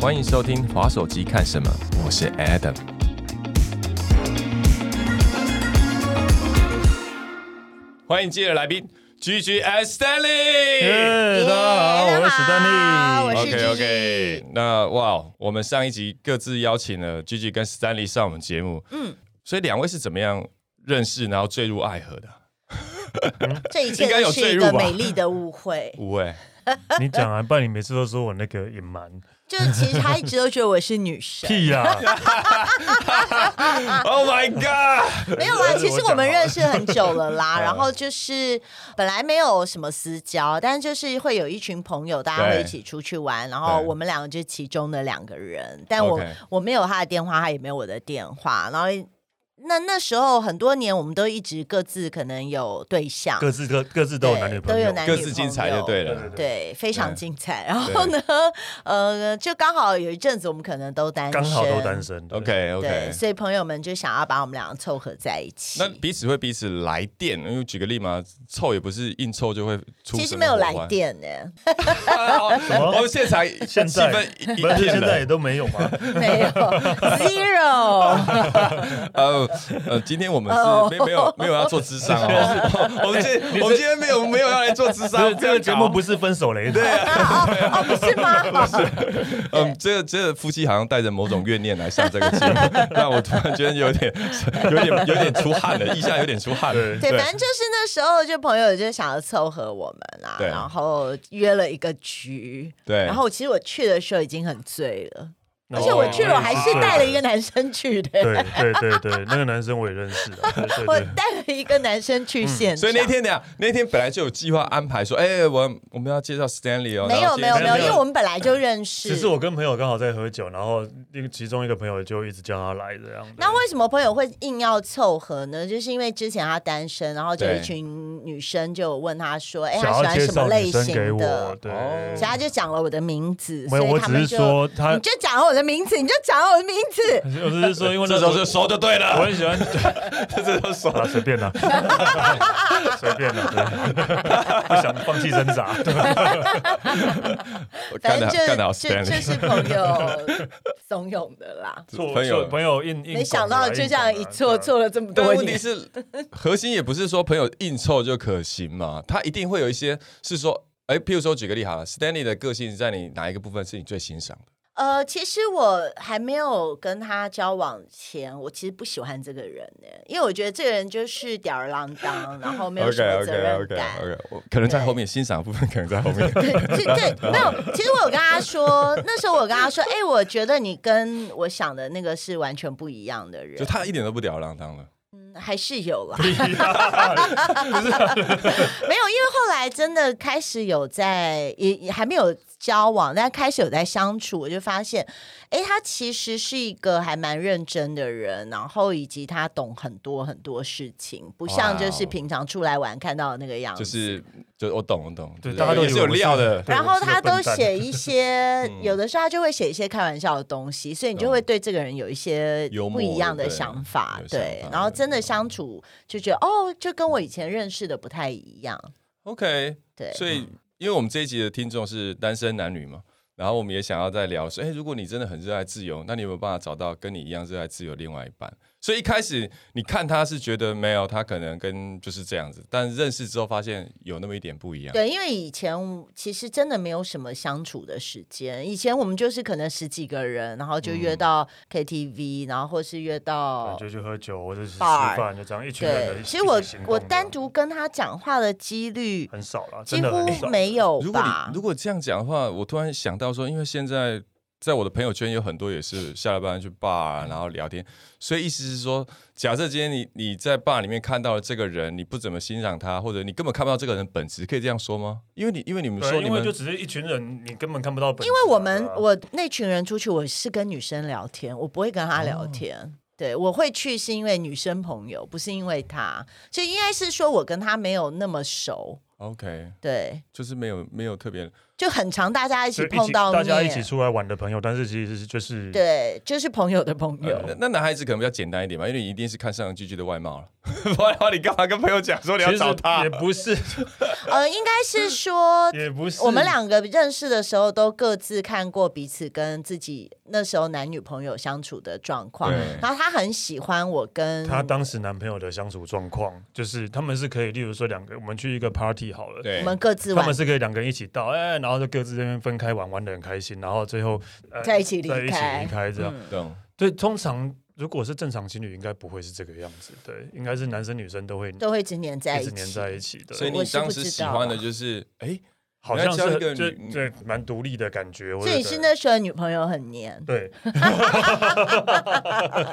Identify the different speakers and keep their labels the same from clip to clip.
Speaker 1: 欢迎收听《滑手机看什么》，我是 Adam。欢迎今天的来宾 G G S
Speaker 2: 哎
Speaker 1: Stanley。
Speaker 3: 耶哎大家好，我是史丹利。
Speaker 2: 我是
Speaker 1: OK OK，那哇，我们上一集各自邀请了 G G 跟 Stanley 上我们节目，嗯，所以两位是怎么样认识，然后坠入爱河的？啊
Speaker 2: 这一
Speaker 1: 应该
Speaker 2: 切
Speaker 1: 有
Speaker 2: 都是
Speaker 1: 坠
Speaker 2: 一
Speaker 1: 入
Speaker 2: 个
Speaker 1: 吧。
Speaker 2: 美丽的误会
Speaker 1: 五位，
Speaker 3: 你讲啊，不然你每次都说我那个隐瞒，
Speaker 2: 就是其实他一直都觉得我是女 神，
Speaker 3: 屁啊 啦！
Speaker 1: Oh my god！
Speaker 2: 没有啦。其实我们认识很久了啦，
Speaker 3: 嗯
Speaker 2: 然后就是本来没有什么私交，但就是会有一群朋友，大家会一起出去玩，然后
Speaker 1: 对
Speaker 2: 我们两个就是其中的两个人，但我
Speaker 1: OK
Speaker 2: 我没有他的电话，他也没有我的电话，然后。那那时候很多年，我们都一直各自可能有对象，
Speaker 3: 各自各各自都有男女朋
Speaker 2: 对都
Speaker 3: 友
Speaker 2: 有，男女
Speaker 1: 各自精彩就对了。
Speaker 2: 对，非常
Speaker 1: 对
Speaker 2: 精彩。然后呢，呃，就刚好有一阵子我们可能都单身，
Speaker 3: 刚好都单身。对
Speaker 1: OK
Speaker 2: 对，
Speaker 1: OK，
Speaker 2: 所以朋友们就想要把我们两个凑合在一起
Speaker 1: 那。彼此会彼此来电，因为举个例嘛，凑也不是硬凑就会出。
Speaker 2: 其实没有来， 电呢、
Speaker 1: 我哦们现场
Speaker 3: 现
Speaker 1: 气
Speaker 3: 在
Speaker 1: 氛一
Speaker 3: 不是
Speaker 1: 片
Speaker 3: 现在
Speaker 1: 了
Speaker 3: 也。都没有吗？
Speaker 2: 没有 zero。
Speaker 1: 呃呃，今天我们
Speaker 2: 哦
Speaker 1: 是没没有没有要做智商 哦，我们今我们今天没有没有要来做智
Speaker 3: 这
Speaker 1: 商，
Speaker 3: 这个节目
Speaker 1: 是
Speaker 3: 哎不是分手雷的，
Speaker 1: 啊
Speaker 2: 哦哦，不是吗？
Speaker 1: 嗯，这个这个夫妻好像带着某种怨念来上这个 节目，让我突然间有点 有点有点出汗 了，一下有点出汗了。
Speaker 2: 对，反正就是那时候，就朋友就想要凑合我们啦，
Speaker 1: 对
Speaker 2: 然后约了一个局。
Speaker 1: 对，
Speaker 2: 然后其实我去的时候已经很醉了，
Speaker 3: 那
Speaker 2: 而且我去了我还是带了一个
Speaker 3: 对。
Speaker 2: 男生去的，
Speaker 3: 哦对对对对，那个男生我也认识的，啊对对
Speaker 2: 我
Speaker 3: 对，
Speaker 2: 带了一个男生去现场。
Speaker 1: 所以那天呢，那天本来就有计划安排说，哎、我我们要介绍 Stanley 哦。
Speaker 2: 没
Speaker 1: 然
Speaker 2: 有
Speaker 1: 后今天
Speaker 2: 没有没有，
Speaker 3: 没有
Speaker 2: 因为我们本来就认识。
Speaker 3: 只是我跟朋友刚好在喝酒，然后那个其中一个朋友就一直叫他来这样子。
Speaker 2: 那为什么朋友会硬要凑合呢？就是因为之前他单身，然后就有
Speaker 1: 对
Speaker 2: 一群女生就有问他说：“哎、
Speaker 3: 想
Speaker 2: 他喜
Speaker 3: 要
Speaker 2: 欢
Speaker 3: 介
Speaker 2: 什么
Speaker 3: 绍女
Speaker 2: 类
Speaker 3: 生给
Speaker 2: 型
Speaker 3: 我，
Speaker 2: 的
Speaker 3: 对，
Speaker 1: 哦？”
Speaker 2: 所以他就讲了我的名字，
Speaker 3: 没
Speaker 2: 所
Speaker 3: 有，
Speaker 2: 以
Speaker 3: 我
Speaker 2: 他
Speaker 3: 只
Speaker 2: 们
Speaker 3: 是
Speaker 2: 就
Speaker 3: 说他
Speaker 2: 你就讲了我的名字，你就讲了我的名 字。
Speaker 3: 我只是说，因为
Speaker 1: 这
Speaker 3: 那
Speaker 1: 时候就熟就对
Speaker 3: 我
Speaker 1: 了，
Speaker 3: 很喜 欢，
Speaker 1: 这时候熟
Speaker 3: 啊，随便 啦，随便啦， 对不想放弃挣扎。
Speaker 2: 反
Speaker 1: 干
Speaker 2: 正
Speaker 1: 得
Speaker 2: 就
Speaker 1: 干得好
Speaker 2: 就就
Speaker 1: Stanley，
Speaker 2: 是朋友 怂恿的啦。
Speaker 3: 错
Speaker 1: 朋友
Speaker 3: 错朋友硬硬拱啊，
Speaker 2: 没想到就这样一
Speaker 3: 硬
Speaker 2: 错
Speaker 3: 拱啊。
Speaker 2: 错了这么
Speaker 1: 但
Speaker 2: 多
Speaker 1: 问题
Speaker 2: 年，
Speaker 1: 是，核心也不是说朋友硬凑就可行嘛，他一定会有一些是说，哎、譬如说举个例好了，Stanley 的个性在你哪一个部分是你最欣赏的？
Speaker 2: 呃，其实我还没有跟他交往前，我其实不喜欢这个人呢、因为我觉得这个人就是吊儿郎当，然后没有什么责任感。
Speaker 1: OK，我可能在后面欣赏的部分可能在后 面。
Speaker 2: 对，其对，没有。其实我有跟他说，那时候我跟他说，哎、我觉得你跟我想的那个是完全不一样的人
Speaker 1: 就，他一点都不吊儿郎当了，
Speaker 2: 嗯还是有啦。 没有，因为后来真的开始有在，也也还没有交往，但开始有在相处，我就发现，哎、他其实是一个还蛮认真的人，然后以及他懂很多很多事情，不像就
Speaker 1: 哇
Speaker 2: 是
Speaker 1: 哦
Speaker 2: 平常出来玩看到的那个样子。
Speaker 1: 就是
Speaker 2: 嗯
Speaker 1: 就我懂我懂，就
Speaker 3: 对，
Speaker 1: 是
Speaker 3: 大家都以
Speaker 1: 也
Speaker 3: 为
Speaker 1: 是有
Speaker 3: 我
Speaker 1: 料的，
Speaker 3: 对
Speaker 2: 然后
Speaker 3: 我是个
Speaker 2: 他都
Speaker 3: 笨蛋
Speaker 2: 写一 些，有的时候他就会写一些开玩笑的东西，所以你就会对这个人有一些
Speaker 1: 嗯幽默
Speaker 2: 不一样的
Speaker 1: 对
Speaker 2: 想法
Speaker 1: 有，想
Speaker 2: 对
Speaker 1: 法。嗯
Speaker 2: 然后真的相处就觉得哦，就跟我以前认识的不太一样，
Speaker 1: OK，
Speaker 2: 对。
Speaker 1: 所以，因为我们这一集的听众是单身男女嘛，然后我们也想要再聊说，哎，如果你真的很热爱自由，那你有没有办法找到跟你一样热爱自由另外一半？所以一开始你看他是觉得没有，他可能跟就是这样子，但认识之后发现有那么一点不一样。
Speaker 2: 对，因为以前其实真的没有什么相处的时间。以前我们就是可能十几个人，然后就约到 KTV，、然后或是约到
Speaker 3: 嗯 对就去喝酒或者是吃
Speaker 2: Bar
Speaker 3: 饭，就这样一群人的
Speaker 2: 对
Speaker 3: 一。起。
Speaker 2: 其实我
Speaker 3: 一起行动
Speaker 2: 我
Speaker 3: 这样
Speaker 2: 单独跟他讲话的几率
Speaker 3: 很少了，
Speaker 2: 几
Speaker 3: 真的很
Speaker 2: 乎
Speaker 3: 少。
Speaker 2: 没有
Speaker 1: 如果
Speaker 2: 吧
Speaker 1: 你。如果这样讲的话，我突然想到说，因为现在在我的朋友圈有很多也是下了班去 bar，啊然后聊天，所以意思是说，假设今天你你在 bar 里面看到了这个人，你不怎么欣赏他，或者你根本看不到这个人的本质，可以这样说吗？因为你因为你们说
Speaker 3: 对，
Speaker 1: 你
Speaker 3: 因为
Speaker 1: 们
Speaker 3: 就只是一群人，你根本看不到本质啊。
Speaker 2: 因为我们
Speaker 3: 对啊
Speaker 2: 我那群人出去，我是跟女生聊天，我不会跟他
Speaker 3: 哦
Speaker 2: 聊天。对，我会去是因为女生朋友，不是因为他，所以应该是说我跟他没有那么熟。
Speaker 1: OK，
Speaker 2: 对，
Speaker 1: 就是没有没有特别
Speaker 2: 就很常大家一
Speaker 3: 就
Speaker 2: 起
Speaker 3: 一
Speaker 2: 碰
Speaker 3: 起
Speaker 2: 到
Speaker 3: 大
Speaker 2: 面，
Speaker 3: 家一起出来玩的朋友，但是其实是就是
Speaker 2: 对，就是朋友的朋友。
Speaker 3: 嗯
Speaker 1: 那那男孩子可能比较简单一点吧，因为你一定是看上阳居居的外貌了， 不然的话你干嘛跟朋友讲说你要
Speaker 3: 其实
Speaker 1: 找他
Speaker 3: 也？不是，。
Speaker 2: 呃，应该是说
Speaker 3: 也不嗯是，
Speaker 2: 我们两个认识的时候，都各自看过彼此跟自己那时候男女朋友相处的状况
Speaker 1: 对。
Speaker 2: 然后他很喜欢我跟
Speaker 1: 嗯
Speaker 3: 她当时男朋友的相处状况，就是他们是可以，例如说两个，我们去一个 party 好了。
Speaker 1: 对
Speaker 2: 我，们各自
Speaker 3: 他
Speaker 2: 玩
Speaker 3: 们是可以两个人一起到，哎、然后就各自这边分开玩，玩的很开心，然后最后、呃
Speaker 2: 在一起离
Speaker 3: 在一起
Speaker 2: 开嗯
Speaker 3: 离开这样。
Speaker 1: 懂。
Speaker 3: 对，通常如果是正常情侣，应该不会是这个样子。对，应该是男生女生都会
Speaker 2: 都会一直黏在
Speaker 3: 一
Speaker 2: 一
Speaker 3: 直
Speaker 2: 起。
Speaker 3: 黏在一起的。
Speaker 1: 所以
Speaker 2: 我
Speaker 1: 你
Speaker 2: 是不
Speaker 1: 当时
Speaker 2: 知
Speaker 1: 喜
Speaker 2: 道
Speaker 1: 欢
Speaker 2: 啊
Speaker 1: 的就是，哎，
Speaker 3: 好像
Speaker 1: 你要交一
Speaker 3: 是
Speaker 1: 个
Speaker 3: 就
Speaker 1: 女
Speaker 3: 对蛮独立的感觉。我
Speaker 2: 所
Speaker 3: 觉
Speaker 2: 以你
Speaker 3: 得
Speaker 2: 是那时候的女朋友很黏，
Speaker 3: 对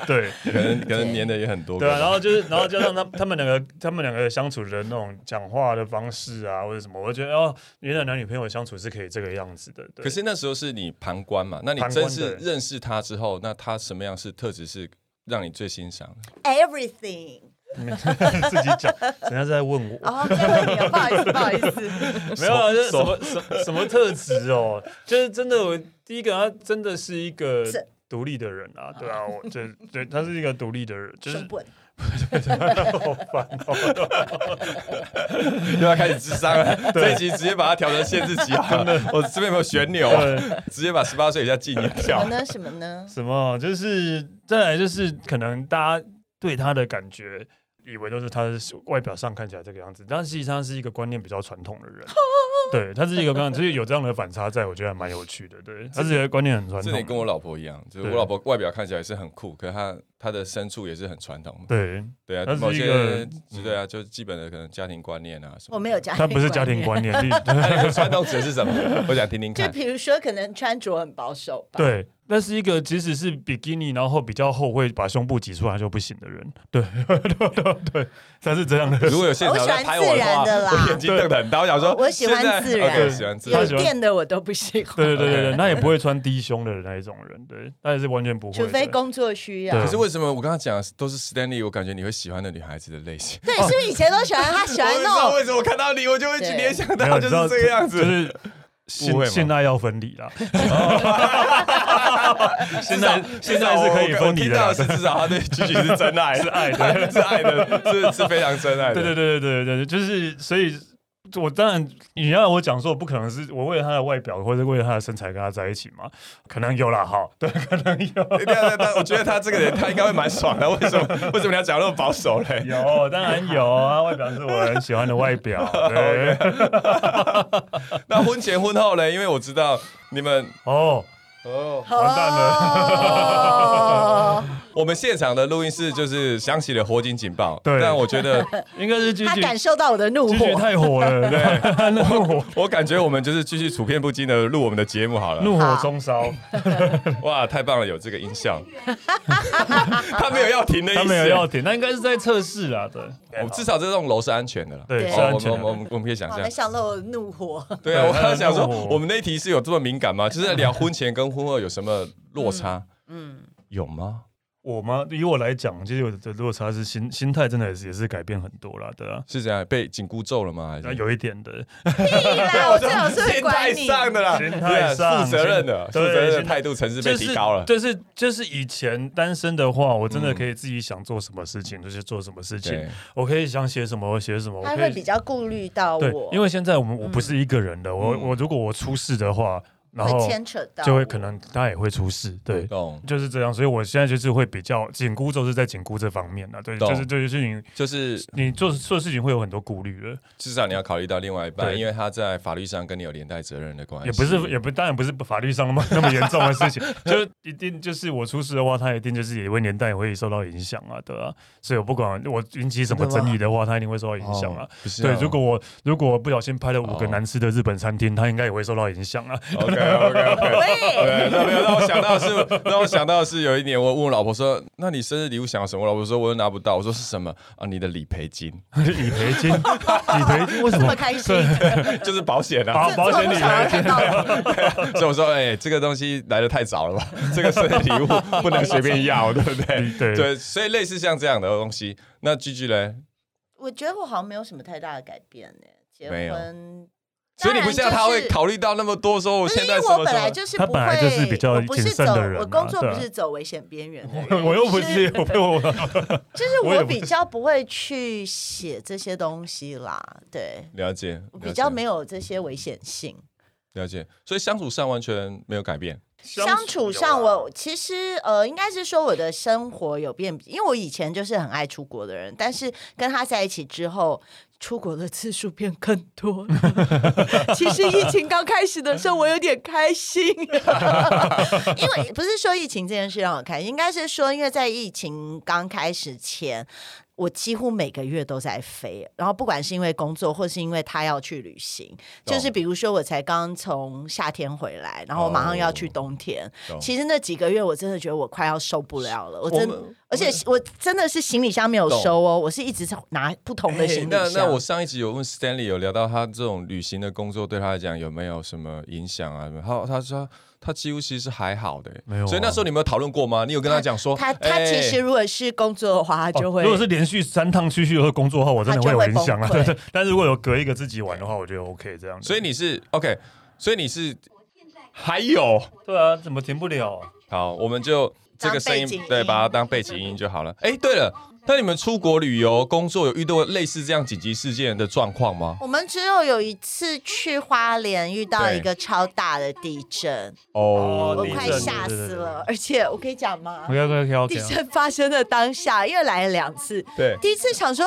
Speaker 3: 对
Speaker 1: 可能可能粘的也很多个
Speaker 3: 对
Speaker 1: 吧。
Speaker 3: 啊，然后就是然后加上他他们两个他们两个相处的那种讲话的方式啊，或者什么，我就觉得哦，原来男女朋友相处是可以这个样子的。对
Speaker 1: 可是那时候是你旁观嘛，那你
Speaker 3: 旁观
Speaker 1: 真是
Speaker 3: 对
Speaker 1: 认识他之后，那他什么样是特质是让你最欣赏 的？
Speaker 2: everything。
Speaker 3: 自己讲， 人家是在问我，
Speaker 2: 哦，这位你，不好意思，不好意思。
Speaker 3: 没有啊，就是什
Speaker 1: 手
Speaker 3: 么什么什么特质哦，就是真的，我第一个他真的是一个
Speaker 2: 是
Speaker 3: 独立的人啊，对 啊，我这对他是一个独立的人，就是
Speaker 2: 生本，
Speaker 3: 好烦哦，
Speaker 1: 又要开始智商 了，这一集直接把它调成限制级好了。啊 我这边有没有旋钮啊？
Speaker 3: 对
Speaker 1: 直接把十八岁以下禁言
Speaker 2: 什
Speaker 1: 掉
Speaker 2: 么。呢？什么呢？
Speaker 3: 什么就是再来就是可能大家对他的感觉。以为都是他是外表上看起来这个样子，但实际上是一个观念比较传统的 人。对，他是一个观念，所以有这样的反差在，我觉得还蛮有趣的。对，他是一个观 念很传
Speaker 1: 这
Speaker 3: 统
Speaker 1: 点跟
Speaker 3: 的。
Speaker 1: 我老婆一样，就是我
Speaker 3: 对
Speaker 1: 老婆外表看起来是很酷，可是她她的深处也是很传统嘛。
Speaker 3: 对，
Speaker 1: 对啊，
Speaker 3: 她是
Speaker 1: 某
Speaker 3: 一
Speaker 1: 些
Speaker 3: 个嗯
Speaker 1: 对啊，就基本的可能家庭观念啊什么。
Speaker 2: 我没有。家庭，
Speaker 3: 他不是家庭。观 念，例
Speaker 1: 那你的 传统指的是什么？我想听听
Speaker 2: 就
Speaker 1: 看。
Speaker 2: 比如说，可能穿着很保守 吧。
Speaker 3: 对，那是一个即使是比基尼，然后比较厚会把胸部挤出来就不行的人。对， 对对对，他是这样的。
Speaker 1: 如果有现场在拍我话，
Speaker 2: 我喜欢自然的啦
Speaker 1: 我眼睛瞪得很大，我想说，
Speaker 2: 我喜欢
Speaker 1: 现在
Speaker 2: 自然
Speaker 1: OK，喜欢自然
Speaker 3: 他
Speaker 2: 有
Speaker 3: 哦喜欢
Speaker 2: 垫的我都不喜欢，
Speaker 3: 对对对对 对，那也不会穿低胸的那一种人，对，那也是完全不会的。
Speaker 2: 除非工作需要。
Speaker 3: 对啊
Speaker 1: 可是为什么我刚刚讲的都是 Stanley，我感觉你会喜欢的女孩子的类型？
Speaker 2: 对，是不是以前都喜欢他喜
Speaker 1: 我
Speaker 2: 欢
Speaker 1: 不知
Speaker 2: 那
Speaker 1: 道
Speaker 2: 种？
Speaker 1: 为什么我看到你，我就会去
Speaker 2: 对
Speaker 1: 联想
Speaker 3: 没有
Speaker 1: 到就
Speaker 3: 你知
Speaker 1: 是
Speaker 3: 道
Speaker 1: 这个样
Speaker 3: 就
Speaker 1: 子。
Speaker 3: 是
Speaker 1: 误会
Speaker 3: 现
Speaker 1: 吗
Speaker 3: 现在要分离 啦。现在
Speaker 1: 至
Speaker 3: 现
Speaker 1: 少
Speaker 3: 在是可以
Speaker 1: 我
Speaker 3: 分离的啦
Speaker 1: 我。听到是至少 他对菊菊是真爱，是爱的，是爱的，是是非常真爱的。
Speaker 3: 对对对对对对，就是所以。我当然，你要我讲说，不可能是我为了他的外表，或者为了他的身材跟他在一起嘛？可能有啦，好， 对，可能有。
Speaker 1: 对对对，我觉得他这个人，他应该会蛮爽的。为什么？ 为什么你要讲那么保守嘞？
Speaker 3: 有，当然有啊，外表是我很喜欢的外表。 对，
Speaker 1: 那婚前婚后嘞？因为我知道你们
Speaker 3: 哦，
Speaker 1: 哦，
Speaker 3: 完蛋
Speaker 2: 了。
Speaker 1: 我们现场的录音室就是响起了火警警报。
Speaker 3: 对
Speaker 1: 但我觉得
Speaker 3: 应该是居
Speaker 2: 他
Speaker 3: 居，
Speaker 2: 感受到我的怒
Speaker 3: 居居
Speaker 2: 火。
Speaker 3: 太 火了，对，怒火，
Speaker 1: 我感觉我们就是继续处变不惊的录我们的节目好了。
Speaker 3: 怒火中烧，
Speaker 1: 哇，太棒了，有这个音效。 他没有要停的意思，
Speaker 3: 他没有要点，那应该是在测试啦，对，
Speaker 1: 我至少这栋楼是安全的了。哦
Speaker 3: 对
Speaker 2: 对
Speaker 3: 是安全
Speaker 1: 我们我
Speaker 3: 的。
Speaker 1: 们我们可以想
Speaker 2: 好，
Speaker 1: 象
Speaker 2: 没。想到我的怒火。
Speaker 1: 对啊，我刚想 说
Speaker 3: 对哦我，
Speaker 1: 我们那一题是有这么敏感吗？就是在聊婚前跟婚后有什么落差？
Speaker 2: 嗯，
Speaker 1: 有吗？
Speaker 3: 我吗？以我来讲，其实我的落差是心心态真的也是也是改变很多啦，对啊，
Speaker 1: 是这样被紧箍咒了吗？还
Speaker 3: 那
Speaker 1: 是
Speaker 3: 啊有一点
Speaker 1: 嗯
Speaker 3: 的，
Speaker 2: 屁啦，哎我最好是会
Speaker 1: 心态
Speaker 2: 管你。
Speaker 1: 上的啦，
Speaker 3: 心态
Speaker 1: 对啊
Speaker 3: 上
Speaker 1: 负责任的，
Speaker 3: 心
Speaker 1: 负责任
Speaker 3: 对
Speaker 1: 的
Speaker 3: 心
Speaker 1: 态度层次被
Speaker 3: 就是
Speaker 1: 提高了。嗯
Speaker 3: 就是就是以前单身的话，我真的可以自己想做什么事情就去做什么事情
Speaker 1: 对，
Speaker 3: 我可以想写什么我写什么，我
Speaker 2: 他
Speaker 3: 可
Speaker 2: 会
Speaker 3: 以
Speaker 2: 比较顾虑到
Speaker 3: 对，
Speaker 2: 我，
Speaker 3: 因为现在我们我不是一个人的，我
Speaker 1: 嗯
Speaker 3: 我如果我出事的话，然
Speaker 2: 会
Speaker 3: 后
Speaker 2: 牵扯到，
Speaker 3: 就会可能他也会出事，对，
Speaker 1: 懂，
Speaker 3: 就是这样。所以我现在就是会比较紧箍咒是在紧箍这方面了，对，
Speaker 1: 懂
Speaker 3: 就是这些事情，
Speaker 1: 就是
Speaker 3: 你做做事情会有很多顾虑的，
Speaker 1: 至少你要考虑到另外一半，
Speaker 3: 对
Speaker 1: 因为他在法律上跟你有连带责任的关系。
Speaker 3: 也不是也不当然不是法律上那么那么严重的事情，就是一定就是我出事的话，他一定就是也会连带也会受到影响啊，对啊，所以我不管我引起什么争议的话，他一定会受到影响啊
Speaker 1: 哦。，不是啊
Speaker 3: 对，如果我如果不小心拍了五个
Speaker 1: 哦
Speaker 3: 难吃的日本餐厅，他应该也会受到影响啊。
Speaker 1: OK OK OK。
Speaker 2: 喂，
Speaker 1: 对，那没有让我想到的是， 让我想到的是有一年我问我老婆说：“那你生日礼物想要什么？”我老婆说：“我又拿不到。”我说：“是什么啊？你的理赔金
Speaker 3: 理赔金，理赔金为什
Speaker 2: 这
Speaker 3: 么
Speaker 2: 么？开心，
Speaker 1: 就是保险啊。
Speaker 3: 保保险理
Speaker 2: 这么
Speaker 3: 赔
Speaker 2: 想要看 到我
Speaker 1: 所以我说：“哎、这个东西来的太早了吧？ 这个生日礼物不能随便要，对不对？”
Speaker 3: 金， 对，
Speaker 1: 对，所以类似像这样的东西，那 G G 嘞，
Speaker 2: 我觉得我好像没有什么太大的改变呢，欸结
Speaker 1: 没有
Speaker 2: 婚。
Speaker 1: 所以你不像他
Speaker 2: 当然就
Speaker 1: 会
Speaker 2: 是
Speaker 1: 考虑到那么多，说我
Speaker 2: 不是
Speaker 1: 现
Speaker 2: 因
Speaker 1: 在
Speaker 2: 为
Speaker 1: 什
Speaker 2: 我
Speaker 1: 么
Speaker 2: 本
Speaker 1: 什
Speaker 2: 来
Speaker 1: 么。
Speaker 2: 就是
Speaker 3: 他
Speaker 2: 不会，
Speaker 3: 本来就是比较
Speaker 2: 我不是
Speaker 3: 谨慎的
Speaker 2: 走
Speaker 3: 人
Speaker 2: 我
Speaker 3: 嘛
Speaker 2: 工作
Speaker 3: 对啊
Speaker 2: 不是走危险边缘的
Speaker 3: 我
Speaker 2: 人，
Speaker 3: 我又不，
Speaker 2: 就是
Speaker 3: 我被我
Speaker 2: 就是
Speaker 3: 我也
Speaker 2: 我
Speaker 3: 不
Speaker 2: 比较不会去写这些东西啦，对，
Speaker 1: 了解，
Speaker 2: 我
Speaker 1: 了
Speaker 2: 比较
Speaker 1: 解
Speaker 2: 没有这些危险性。
Speaker 1: 了解，所以相处上完全没有改变。
Speaker 2: 相处啊上我，其实呃，应该是说我的生活有变，因为我以前就是很爱出国的人，但是跟他在一起之后，出国的次数变更多了。 其实疫情刚开始的时候，我有点开心， 因为不是说疫情这件事让我开心，应该是说因为在疫情刚开始前。我几乎每个月都在飞，然后不管是因为工作，或是因为他要去旅行，
Speaker 1: 懂
Speaker 2: 就是比如说我才刚从夏天回来，然后我马上要去冬天，
Speaker 1: 哦懂
Speaker 2: 其实那几个月我真的觉得我快要受不了了，我
Speaker 1: 我
Speaker 2: 真
Speaker 1: 们
Speaker 2: 而且我真的是行李箱没有
Speaker 1: 懂
Speaker 2: 收哦，我是一直在拿不同的
Speaker 1: 哎
Speaker 2: 行李
Speaker 1: 那
Speaker 2: 箱。
Speaker 1: 那我上一集有问 Stanley 有聊到他这种旅行的工作对他来讲有没有什么影响啊？他他说他几乎其实还好的、
Speaker 3: 没有啊
Speaker 1: 所以那时候你们有讨论过吗？你有跟他讲说，
Speaker 2: 他他
Speaker 1: 哎
Speaker 2: 其实如果是工作的话，他就会、
Speaker 3: 哦如果是连续三趟去去和工作的话，我真的会有影响啊。
Speaker 2: 他就会
Speaker 3: 对
Speaker 2: 崩
Speaker 3: 对， 但是如果有隔一个自己玩的话，我觉得 OK 这样子。
Speaker 1: 所以你是 OK，所以你是还有
Speaker 3: 对啊，怎么停不了啊？
Speaker 1: 好，我们就这个声音
Speaker 2: 当背景音
Speaker 1: 对，把它当背景音就好了。哎、对了，那你们出国旅游工作有遇到类似这样紧急事件的状况吗？
Speaker 2: 我们只有有一次去花莲遇到
Speaker 1: 对
Speaker 2: 一个超大的地震，
Speaker 1: 哦
Speaker 2: 我
Speaker 3: 地
Speaker 2: 快
Speaker 3: 震
Speaker 2: 吓
Speaker 3: 对对
Speaker 2: 死
Speaker 3: 对
Speaker 2: 了，而且我可以讲吗？
Speaker 3: OK OK OK
Speaker 2: 地
Speaker 3: OK，啊
Speaker 2: 震发生的当下，因为来了两次，
Speaker 1: 对，
Speaker 2: 第一次想说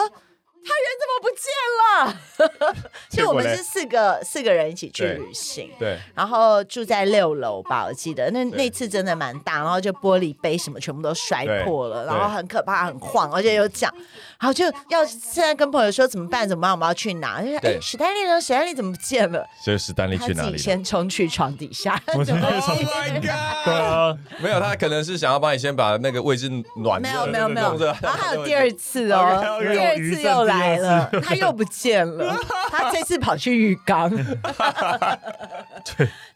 Speaker 2: 他人怎么不见了， 所以我们
Speaker 1: 结果嘞
Speaker 2: 是四个四个人一起去
Speaker 1: 对
Speaker 2: 旅行。
Speaker 1: 对，
Speaker 2: 然后住在六楼吧，我记得那
Speaker 1: 哦对
Speaker 2: 那次真的蛮大，然后就玻璃杯什么全部都摔破了，
Speaker 1: 对
Speaker 2: 然后很可怕，很晃，而且有讲，然后就要现在跟朋友说怎么办，怎么办，我们要去哪？就是
Speaker 1: 对
Speaker 2: 哎，史丹利呢？史丹利怎么不见了？
Speaker 1: 所以史丹利
Speaker 2: 他
Speaker 1: 去
Speaker 2: 自
Speaker 1: 哪
Speaker 2: 己
Speaker 1: 里？
Speaker 2: 先冲去床底下，
Speaker 3: 我真的
Speaker 1: Oh my
Speaker 3: 对
Speaker 1: god！
Speaker 3: 啊，
Speaker 1: 没有，他可能是想要帮你先把那个位置暖
Speaker 2: 没
Speaker 1: 热，
Speaker 2: 有没有没有
Speaker 1: 弄热，
Speaker 2: 然后 还有第二次哦，
Speaker 3: OK，OK，
Speaker 2: 第二次又来了，他又不见了，他这次跑去浴 缸。但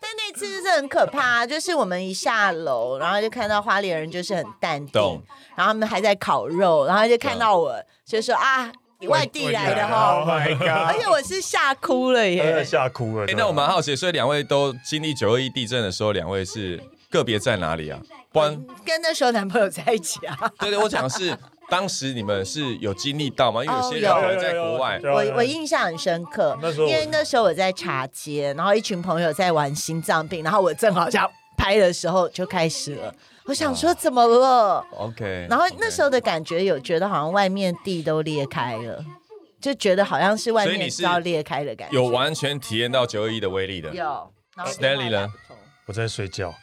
Speaker 2: 那次是很可怕，就是我们一下楼，然后就看到花莲人就是很淡定
Speaker 1: 懂，
Speaker 2: 然后他们还在烤肉，然后就看到我就说啊，你外地来的，Oh 哈，
Speaker 3: my god！
Speaker 2: 而且我是呃吓哭了
Speaker 3: 真的
Speaker 2: 耶。
Speaker 3: 吓哭了。
Speaker 1: 哎、
Speaker 3: 对啊
Speaker 1: 那我蛮好奇，所以两位都经历九二一地震的时候，两位是个别在哪里啊？不 然，
Speaker 2: 跟那时候男朋友在一起啊，
Speaker 1: 对对，我讲的是当时你们是有经历到吗？因为有些人
Speaker 2: 哦有
Speaker 3: 啊
Speaker 1: 可能在国外
Speaker 3: 有，有有有
Speaker 2: 我我印象很深刻，
Speaker 3: 那时候
Speaker 2: 因
Speaker 3: 我
Speaker 2: 为那时候我在茶街，然后一群朋友在玩心脏病，然后我正好想拍的时候就开始了，我想说怎么了？
Speaker 1: 哎 OK。
Speaker 2: 然后那时
Speaker 1: 候，
Speaker 2: 候的感觉有觉得好像外面地都裂开了，就觉得好像是外
Speaker 1: 所以
Speaker 2: 面
Speaker 1: 你是
Speaker 2: 要裂开的感觉。
Speaker 1: 有完全体验到九二一的威力的，
Speaker 2: 有。然后
Speaker 1: Stanley 呢？
Speaker 3: 我在睡觉。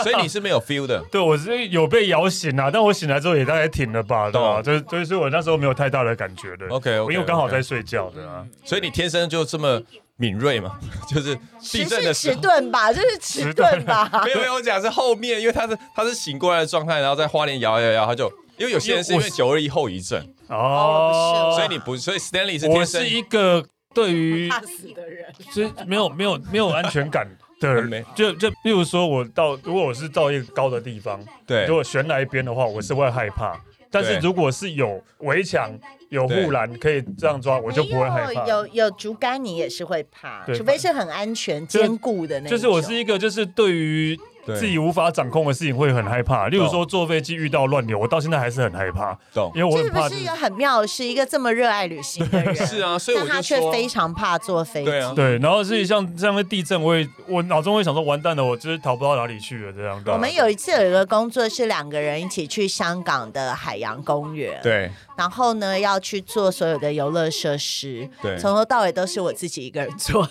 Speaker 1: 所以你是没有 feel 的。
Speaker 3: 对，我是有被摇醒啊，但我醒来之后也大概挺了吧，对啊
Speaker 1: 懂
Speaker 3: 吧？就是就是我那时候没有太大的感觉的。
Speaker 1: OK，OK，OK
Speaker 3: 因为我刚好在睡觉的啊。
Speaker 1: 所以你天生就这么敏锐嘛？ 就是地
Speaker 2: 其
Speaker 1: 震
Speaker 2: 实
Speaker 1: 的时
Speaker 2: 迟
Speaker 1: 候，
Speaker 2: 钝吧，就是迟钝 吧。
Speaker 1: 没有没有，我讲是后面，因为他是他是醒过来的状态，然后在花莲摇摇摇，他就因为有些人是因为九二一后遗症，
Speaker 2: 哦
Speaker 1: 所以你不，嗯所以 Stanley 是
Speaker 3: 我
Speaker 1: 天
Speaker 3: 是一
Speaker 1: 生
Speaker 3: 个对于
Speaker 2: 怕死的人，
Speaker 3: 就是没有没有没有安全感的
Speaker 1: 没
Speaker 3: 人，就就例如说，我到如果我是到一个高的地方，
Speaker 1: 对
Speaker 3: 如果悬崖边的话，我是会害怕。但是
Speaker 1: 对
Speaker 3: 如果是有围墙、有护栏可以这样抓，我就不会害
Speaker 2: 没
Speaker 3: 怕。
Speaker 2: 有有有竹竿，你也是会怕，
Speaker 3: 对
Speaker 2: 除非是很安全、
Speaker 3: 就是
Speaker 2: 坚固的那一种。
Speaker 3: 就是我是一个，就是对于
Speaker 1: 对
Speaker 3: 自己无法掌控的事情会很害怕。例如说坐飞机遇到乱流，我到现在还是很害怕，
Speaker 1: 懂
Speaker 3: 因为我
Speaker 2: 这
Speaker 3: 很
Speaker 2: 不
Speaker 3: 怕、
Speaker 2: 是
Speaker 3: 就
Speaker 2: 一
Speaker 3: 是
Speaker 2: 个。很妙的事？一个这么热爱旅行的人，
Speaker 1: 是啊，所以我
Speaker 2: 但
Speaker 1: 就
Speaker 2: 他却
Speaker 1: 说啊，
Speaker 2: 非常怕坐飞机。
Speaker 1: 对啊
Speaker 3: 对，然后是像这样的地震，我也我脑中会想说，完蛋了，我就是逃不到哪里去了这样啊的。
Speaker 2: 我们有一次有一个工作是两个人一起去香港的海洋公园，
Speaker 1: 对
Speaker 2: 然后呢要去做所有的游乐设施，
Speaker 1: 对
Speaker 2: 从头到尾都是我自己一个人做。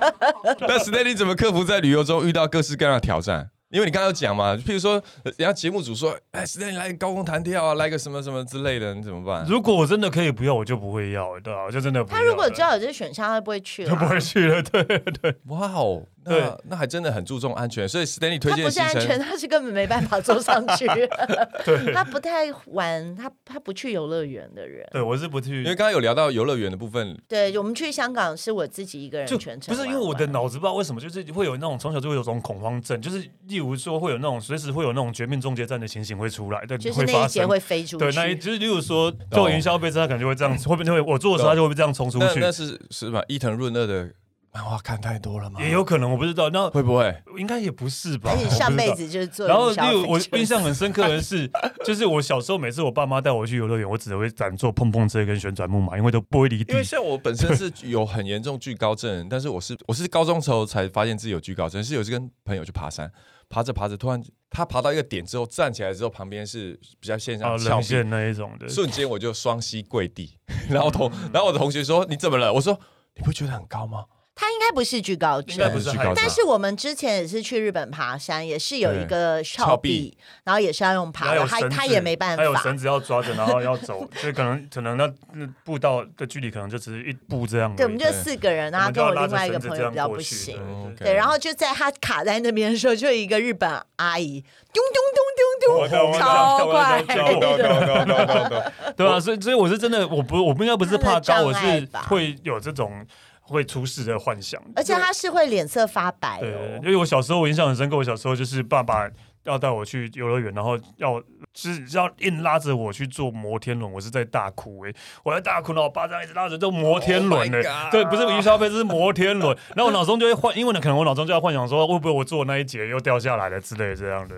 Speaker 1: 那 Stanley 怎么克服在旅游中遇到各式各样的挑战？因为你刚刚有讲嘛，譬如说，呃人家节目组说，哎，Stanley 来个高空弹跳啊，来个什么什么之类的，你怎么办？
Speaker 3: 如果我真的可以不要，我就不会要，对啊，我就真的不要
Speaker 2: 他
Speaker 3: 了。
Speaker 2: 如果知道有这个选项，他不会去
Speaker 3: 就不
Speaker 2: 了。
Speaker 3: 会去了，对，
Speaker 1: 哇哦，那那还真的很注重安全，所以 Stanley 推
Speaker 2: 他
Speaker 1: 荐
Speaker 2: 不
Speaker 1: 的
Speaker 2: 是
Speaker 1: 行
Speaker 2: 安
Speaker 1: 程，
Speaker 2: 全，他是根本没办法坐上去。
Speaker 3: 对
Speaker 2: 他不太玩，他他不去游乐园的人。
Speaker 3: 对，我是不去
Speaker 1: 因为，刚刚有聊到游乐园的部分，
Speaker 2: 对，我们去香港是我自己一个人
Speaker 3: 就
Speaker 2: 全程
Speaker 3: 不
Speaker 2: 玩完，
Speaker 3: 是因为我的脑子不知道为什么，就是会有那种从小就会有种恐慌症，就是例如说会有那种随时会有那种绝命终结战的情形会出来，对，
Speaker 2: 就是
Speaker 3: 会
Speaker 2: 那
Speaker 3: 发
Speaker 2: 一节
Speaker 3: 生。
Speaker 2: 会飞出去。
Speaker 3: 对，那一就是例如说，坐云霄飞车，它可能就会这样，会不会我坐的时
Speaker 1: 懂
Speaker 3: 候，它就会这样冲出
Speaker 1: 那
Speaker 3: 去
Speaker 1: 那，是是吧？伊藤润二的漫画看太多了吗？
Speaker 3: 也有可能，我不知道。那
Speaker 1: 会不会？
Speaker 3: 应该也不是吧？
Speaker 2: 而且上辈
Speaker 3: 我不知道
Speaker 2: 子就是做
Speaker 3: 然后，
Speaker 2: 营
Speaker 3: 例
Speaker 2: 销
Speaker 3: 如我
Speaker 2: 飞车
Speaker 3: 印象很深刻的 是，就是我小时候每次我爸妈带我去游乐园，我只会敢坐碰碰车跟旋转木马，因为都不会离
Speaker 1: 因
Speaker 3: 地
Speaker 1: 为。像我本身 是有很严重惧高症，但是我是我是高中时候才发现自己有惧高症，是有一次跟朋友去爬山，爬着爬着，突然他爬到一个点之后站起来之后，旁边是比较线
Speaker 3: 啊，
Speaker 1: 上
Speaker 2: 哦
Speaker 1: 峭
Speaker 3: 冷
Speaker 1: 壁，
Speaker 3: 线那一种的，
Speaker 1: 瞬间我就双膝跪 地，然后同
Speaker 2: 嗯
Speaker 1: 然后我的同学说你怎么了？我说你不觉得很高吗？
Speaker 2: 他应该不是惧高
Speaker 3: 应该不
Speaker 2: 症。
Speaker 3: 是
Speaker 1: 惧
Speaker 3: 害怕
Speaker 1: 高症
Speaker 2: 但是我们之前也是去日本爬山，也是有一
Speaker 1: 对
Speaker 2: 个
Speaker 1: 峭
Speaker 2: 峭
Speaker 1: 壁
Speaker 2: 壁，然后也是要用爬
Speaker 3: 还有
Speaker 2: 的，他
Speaker 3: 绳
Speaker 2: 他
Speaker 3: 子
Speaker 2: 也没办
Speaker 3: 还有
Speaker 2: 法
Speaker 3: 绳。子要抓着，然后要走， 所以可能可能那那步道的距离可能就只是一步这样而已。
Speaker 2: 对，我们就四个人，然后
Speaker 3: 们就
Speaker 2: 跟
Speaker 3: 要
Speaker 2: 我
Speaker 3: 拉
Speaker 2: 另
Speaker 3: 着
Speaker 2: 外一个
Speaker 3: 绳子
Speaker 2: 朋
Speaker 3: 这
Speaker 2: 友
Speaker 3: 样
Speaker 2: 比较
Speaker 3: 过
Speaker 2: 不
Speaker 3: 去嗯
Speaker 2: 行。
Speaker 1: OK
Speaker 2: 对，然后就在他卡在那边的时候，就有一个日本阿姨，咚咚咚咚咚，超快的，
Speaker 3: 对啊，所以所以我是真的，我不我不应该不是怕
Speaker 2: 他
Speaker 3: 高，
Speaker 2: 的
Speaker 3: 我
Speaker 2: 障碍
Speaker 3: 是
Speaker 2: 吧
Speaker 3: 会有这种会出事的幻想。
Speaker 2: 而且他是会脸色发白
Speaker 3: 对，
Speaker 2: 哦
Speaker 3: 因。为我小时候我印象很深刻，我小时候就是爸爸要带我去游乐园，然后要就是要硬拉着我去坐摩天轮，我是在大哭诶、我在大哭，然后我爸这样一直拉着，就摩天轮诶、
Speaker 1: Oh my god
Speaker 3: 对，不是云霄飞，这是摩天轮。然后我脑中就会幻，因为呢，可能我脑中就在幻想说，会不会我坐那一节又掉下来了之类的这样的。